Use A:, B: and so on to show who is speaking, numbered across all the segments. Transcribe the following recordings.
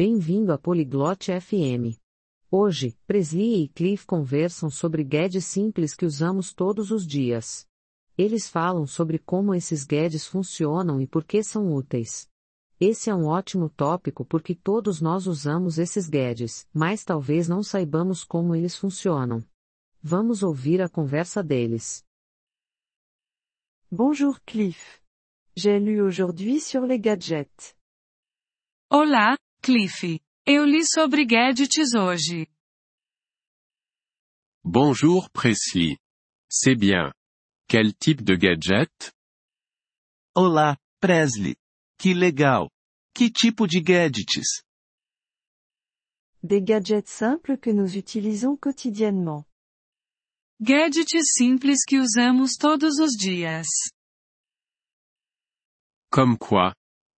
A: Bem-vindo à Poliglote FM. Hoje, Presley e Cliff conversam sobre gadgets simples que usamos todos os dias. Eles falam sobre como esses gadgets funcionam e por que são úteis. Esse é um ótimo tópico porque todos nós usamos esses gadgets, mas talvez não saibamos como eles funcionam. Vamos ouvir a conversa deles.
B: Bonjour Cliff. J'ai lu aujourd'hui sur les gadgets.
C: Olá, Cliff. Eu li sobre gadgets hoje.
D: Bonjour Presley. C'est bien. Quel type de gadget?
E: Olá, Presley. Que legal. Que tipo de gadgets?
B: Des gadgets simples que nous utilisons quotidiennement.
C: Gadgets simples que usamos todos os dias.
D: Comme quoi?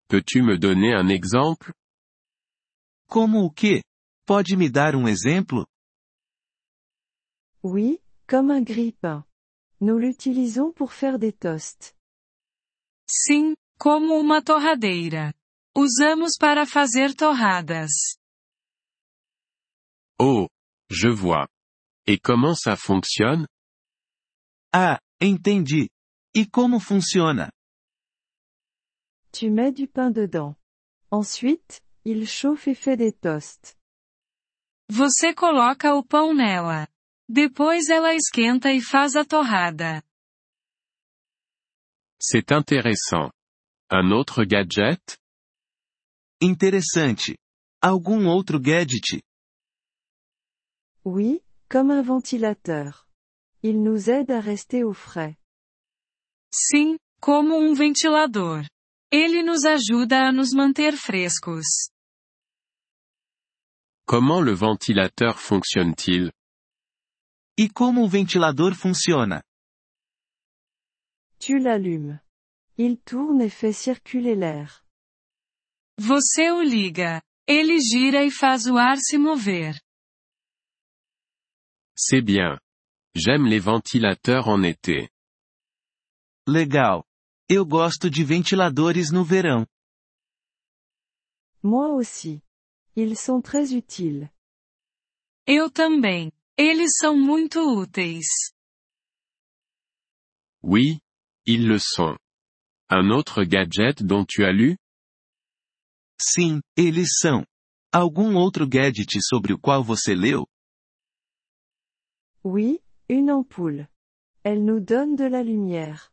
D: Peux-tu me donner un exemple?
E: Como o que? Pode me dar um exemplo?
B: Oui, comme un grille-pain. Nous l'utilisons pour faire des toasts.
C: Sim, como uma torradeira. Usamos para fazer torradas.
D: Oh, je vois. Et comment ça fonctionne?
E: Ah, entendi. E como funciona?
B: Tu mets du pain dedans. Ensuite, il chauffe et fait des toasts.
C: Você coloca o pão nela. Depois ela esquenta e faz a torrada.
D: C'est intéressant. Un autre gadget?
E: Interessante. Algum outro gadget?
B: Oui, comme un ventilateur. Il nous aide à rester au frais.
C: Sim, como um ventilador. Ele nos ajuda a nos manter frescos.
D: Comment le ventilateur fonctionne-t-il?
E: E como o ventilador funciona?
B: Tu l'allumes. Il tourne et fait circuler l'air.
C: Você o liga. Ele gira e faz o ar se mover.
D: C'est bien. J'aime les ventilateurs en été.
E: Legal. Eu gosto de ventiladores no verão.
B: Moi aussi. Ils sont très utiles.
C: Eu também. Eles são muito úteis.
D: Oui, ils le sont. Un autre gadget dont tu as lu?
E: Sim, eles são. Algum outro gadget sobre o qual você leu?
B: Oui, une ampoule. Elle nous donne de la lumière.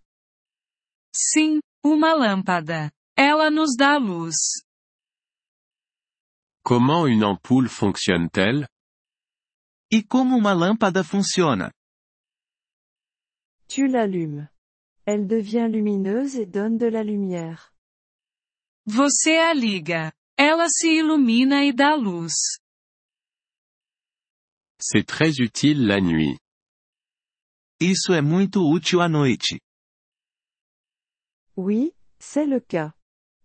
C: Sim, uma lâmpada. Ela nos dá luz.
D: Comment une ampoule fonctionne-t-elle?
E: E como uma lâmpada funciona?
B: Tu l'allumes. Elle devient lumineuse et donne de la lumière.
C: Você a liga. Ela se ilumina e dá luz.
D: C'est très utile la nuit.
E: Isso é muito útil à noite.
B: Oui, c'est le cas.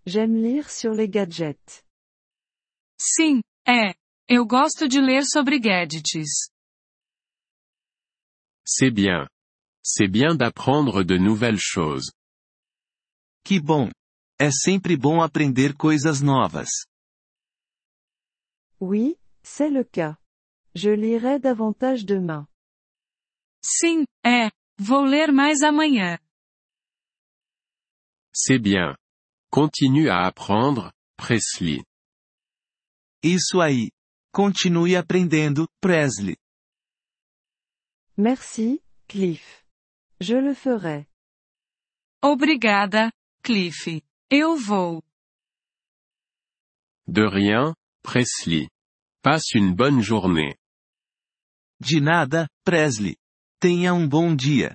B: J'aime lire sur les gadgets.
C: Sim, é. Eu gosto de ler sobre gadgets.
D: C'est bien. C'est bien d'apprendre de nouvelles choses.
E: Que bom. É sempre bom aprender coisas novas.
B: Oui, c'est le cas. Je lirai davantage demain.
C: Sim, é. Vou ler mais amanhã.
D: C'est bien. Continue à apprendre, Presley.
E: Isso aí. Continue aprendendo, Presley.
B: Merci, Cliff. Je le ferai.
C: Obrigada, Cliff. Eu vou.
D: De rien, Presley. Passe une bonne journée.
E: De nada, Presley. Tenha um bom dia.